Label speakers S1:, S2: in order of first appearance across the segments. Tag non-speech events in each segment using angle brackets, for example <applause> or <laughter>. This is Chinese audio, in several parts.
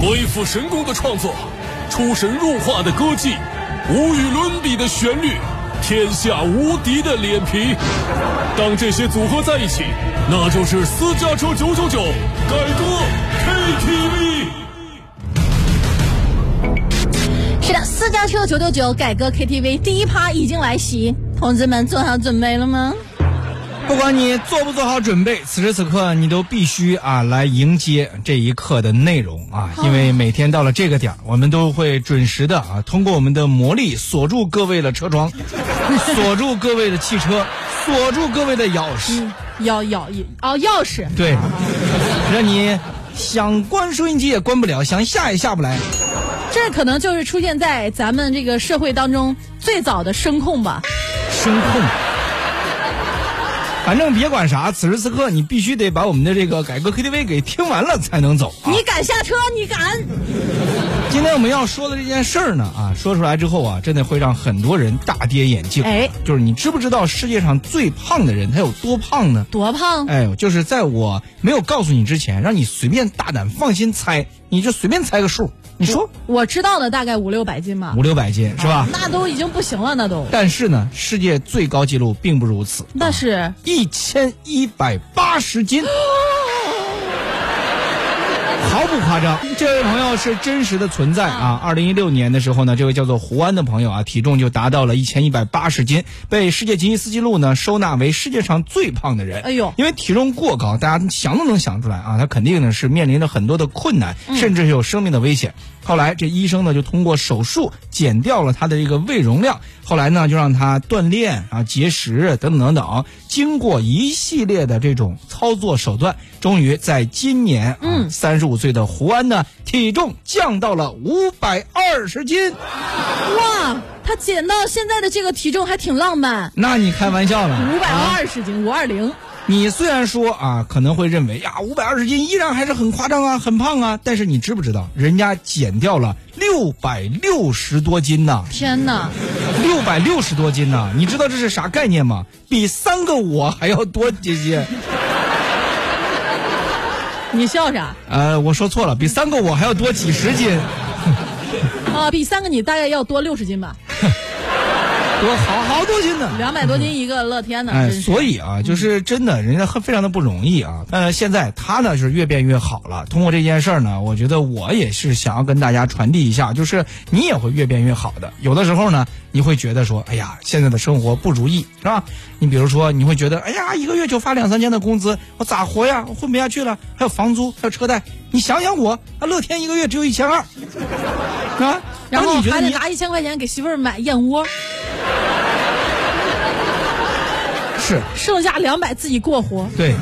S1: 鬼斧神工的创作，出神入化的歌技，无与伦比的旋律，天下无敌的脸皮。当这些组合在一起，那就是私家车九九九改歌
S2: KTV。是的，私家车九九九改歌 KTV 第一趴已经来袭，同志们做好准备了吗？
S3: 不管你做不做好准备，此时此刻你都必须啊来迎接这一刻的内容啊！因为每天到了这个点儿，我们都会准时的啊，通过我们的魔力锁住各位的车窗，锁住各位的汽车，锁住各位的钥匙，
S2: 嗯钥钥哦钥匙，
S3: 对，让你想关收音机也关不了，想下也下不来。
S2: 这可能就是出现在咱们这个社会当中最早的声控吧？
S3: 声控。反正别管啥，此时此刻你必须得把我们的这个改革 KTV 给听完了才能走、
S2: 啊。你敢下车？你敢？
S3: 今天我们要说的这件事儿呢，啊，说出来之后啊，真的会让很多人大跌眼镜。
S2: 哎，
S3: 就是你知不知道世界上最胖的人他有多胖呢？
S2: 多胖？
S3: 哎，就是在我没有告诉你之前，让你随便大胆放心猜，你就随便猜个数。你说
S2: 我知道的大概五六百斤吧，
S3: 五六百斤是吧、
S2: 啊？那都已经不行了，那都。
S3: 但是呢，世界最高纪录并不如此，
S2: 那是
S3: 一千一百八十斤，毫不夸张。这位朋友是真实的存在啊！二零一六年的时候呢，这位叫做胡安的朋友啊，体重就达到了一千一百八十斤，被世界吉尼斯纪录呢收纳为世界上最胖的人。
S2: 哎呦，
S3: 因为体重过高，大家想都能想出来啊，他肯定呢是面临着很多的困难，甚至是有生命的危险。嗯后来，这医生呢就通过手术减掉了他的这个胃容量。后来呢，就让他锻炼啊、节食等等等等。经过一系列的这种操作手段，终于在今年，嗯，三十五岁的胡安呢，体重降到了五百二十斤。
S2: 哇，他减到现在的这个体重还挺浪漫。
S3: 那你开玩笑呢？
S2: 五百二十斤，五二零。
S3: 你虽然说啊，可能会认为呀，五百二十斤依然还是很夸张啊，很胖啊，但是你知不知道，人家减掉了六百六十多斤呐、啊！
S2: 天哪，
S3: 六百六十多斤呐、啊！你知道这是啥概念吗？比三个我还要多姐姐。
S2: 你笑啥？
S3: 呃，我说错了，比三个我还要多几十斤。
S2: 啊，比三个你大概要多六十斤吧。
S3: 多好好多斤呢，
S2: 两百多斤一个，乐天呢！
S3: <laughs> 哎，所以
S2: 嗯
S3: 啊，就是真的，人家非常的不容易啊。呃，现在他呢是越变越好了。通过这件事儿呢，我觉得我也是想要跟大家传递一下，就是你也会越变越好的。有的时候呢，你会觉得说，哎呀，现在的生活不如意，是吧？你比如说，你会觉得，哎呀，一个月就发两三千的工资，我咋活呀？我混不下去了，还有房租，还有车贷。你想想我，啊，乐天一个月只有一千二， <laughs> 啊，
S2: 然后
S3: 你觉得
S2: 你拿一千块钱给媳妇儿买燕窝。
S3: 是
S2: 剩下两百自己过活。
S3: 对，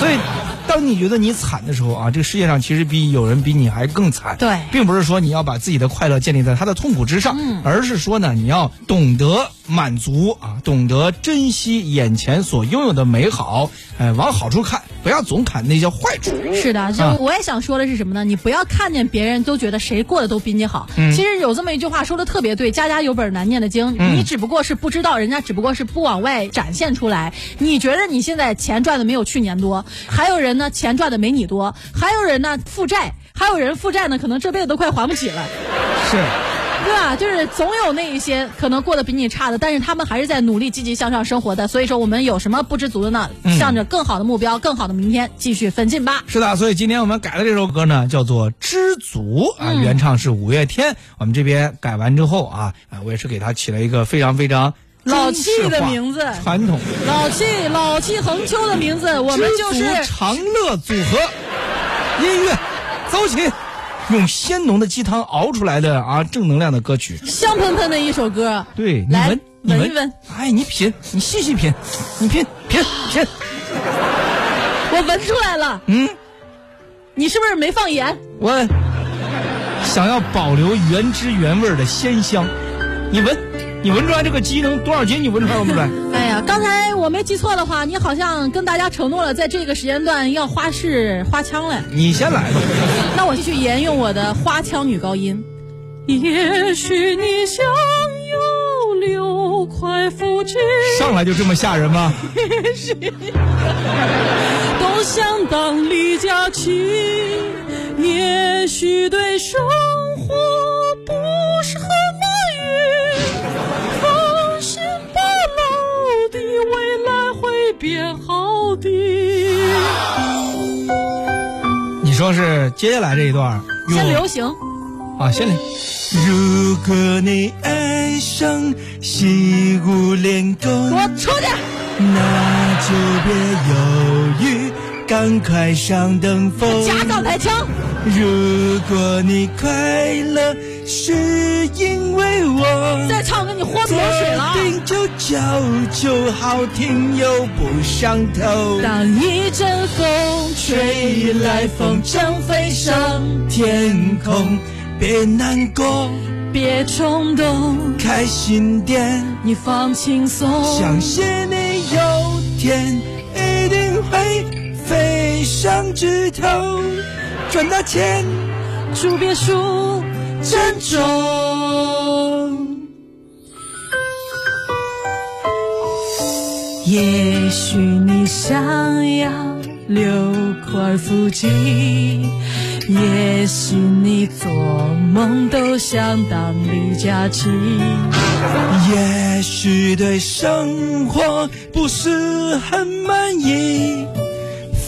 S3: 所以当你觉得你惨的时候啊，这个世界上其实比有人比你还更惨。
S2: 对，
S3: 并不是说你要把自己的快乐建立在他的痛苦之上，嗯、而是说呢，你要懂得满足啊，懂得珍惜眼前所拥有的美好，哎、呃，往好处看，不要总看那些坏处。
S2: 是的，
S3: 啊
S2: 就我也想说的是什么呢？你不要看见别人都觉得谁过得都比你好。
S3: 嗯、
S2: 其实有这么一句话说的特别对：家家有本难念的经。
S3: 嗯、
S2: 你只不过是不知道，人家只不过是不往外展现出来。来，你觉得你现在钱赚的没有去年多？还有人呢，钱赚的没你多；还有人呢，负债；还有人负债呢，可能这辈子都快还不起了。
S3: 是，
S2: 对吧？就是总有那一些可能过得比你差的，但是他们还是在努力、积极向上生活的。所以说，我们有什么不知足的呢？
S3: 嗯、
S2: 向着更好的目标、更好的明天继续奋进吧。
S3: 是的，所以今天我们改的这首歌呢，叫做《知足》啊，原唱是五月天。嗯、我们这边改完之后啊，啊，我也是给他起了一个非常非常。
S2: 老气的名字，
S3: 传统
S2: 老气老气横秋的名字，我们就是
S3: 长乐组合，音乐走起，用鲜浓的鸡汤熬出来的啊正能量的歌曲，
S2: 香喷喷的一首歌。
S3: 对，你
S2: 来
S3: 闻
S2: 一闻，
S3: 哎，你品，你细细品，你品品品，
S2: 我闻出来了。
S3: 嗯，
S2: 你是不是没放盐？
S3: 我想要保留原汁原味的鲜香，你闻。你闻出来这个鸡能多少斤？你闻出来闻不出来？
S2: 哎呀，刚才我没记错的话，你好像跟大家承诺了，在这个时间段要花式花腔嘞。
S3: 你先来吧。
S2: 那我继续沿用我的花腔女高音。也许你想要六块腹肌，
S3: 上来就这么吓人吗？
S2: 也许都想当李佳琦，也许对。
S3: 说是接下来这一段儿用
S2: 先流行，
S3: 啊，先流。
S4: 如果你爱上西湖练功
S2: 给，我出去！
S4: 那就别犹豫，赶快上登峰。
S2: 夹道台腔，
S4: 如果你快乐，是因为我。
S2: 再唱我给你豁鼻
S4: 坐
S2: 水了。
S4: 定就叫就好听又不上头。
S2: 当一阵风吹来，风筝飞上
S4: 天空，别难过，
S2: 别冲动，
S4: 开心点。
S2: 你放轻松。
S4: 相信你有天一定会飞上枝头，赚大钱。
S2: 住别墅，珍重。也许你想要六块腹肌，也许你做梦都想当李佳琦。
S4: 也许对生活不是很满意，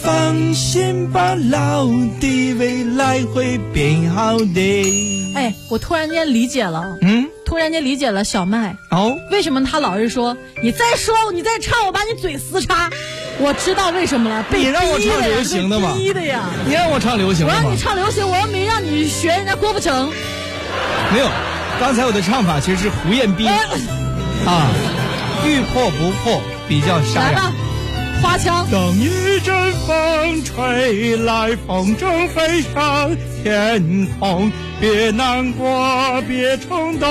S4: 放心吧，老弟，未来会变好的。
S2: 哎，我突然间理解了，啊
S3: 嗯，
S2: 突然间理解了小麦
S3: 哦，
S2: 为什么他老是说你再说你再唱，我把你嘴撕叉。我知道为什么了，被
S3: 你让我
S2: 逼
S3: 唱
S2: 的呀
S3: 流行的
S2: 被
S3: 吧
S2: 逼的呀。
S3: 你让我唱流行
S2: 我
S3: 的
S2: 让
S3: 吗
S2: 你？唱流行，我又没让你学人家郭富城。
S3: 没有，刚才我的唱法其实是胡彦斌
S2: 哎，
S3: 啊，欲破不破比较沙
S2: 来
S3: 哑
S2: 吧。，花腔，
S3: 当一阵风吹来，风筝飞上天空，别难过，别冲动，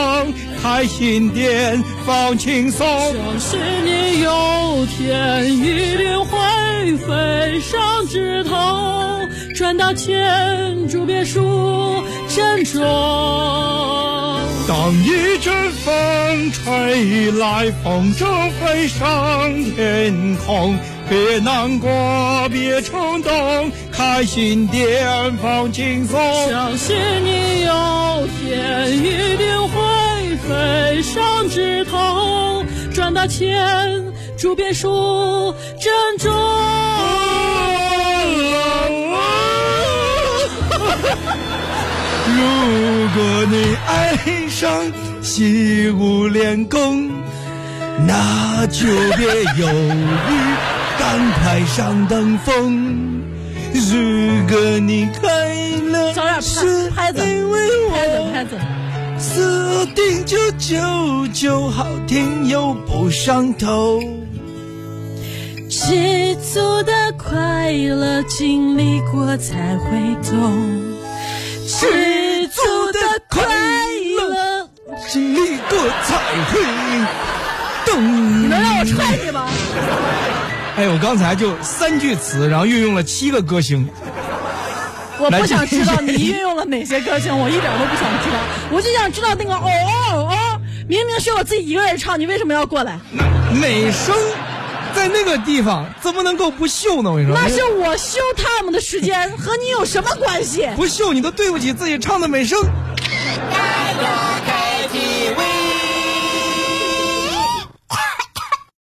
S3: 开心点，放轻松。
S2: 相信你有天一定会飞上枝头，赚到钱住别墅，珍重。
S3: 当一阵风吹来，风筝飞上天空，别难过，别冲动，开心点，放轻松。
S2: 相信你有天一定会飞上枝头，赚到钱住别墅，珍重。
S4: 如果你爱上西湖练功，那就别犹豫，赶快上登峰。如果你快乐，
S2: 找点
S4: 是
S2: 拍拍子
S4: 因为
S2: 拍子
S4: 我
S2: 拍子，
S4: 四定九九九，好听又不上头。
S2: 知足的快乐经历过才会懂，知足的快乐。
S4: 经历过才会
S2: 你
S4: 懂。
S2: 能让我踹你吗？
S3: 哎，我刚才就三句词，然后运用了七个歌星。
S2: 我不想知道你运用了哪些歌星，我一点都不想知道，我就想知道那个哦哦哦，明明是我自己一个人唱，你为什么要过来？
S3: 美声在那个地方怎么能够不秀呢？我跟你说，
S2: 那是我修 time 的时间，和你有什么关系？
S3: 不秀你都对不起自己唱的美声。
S5: 加油！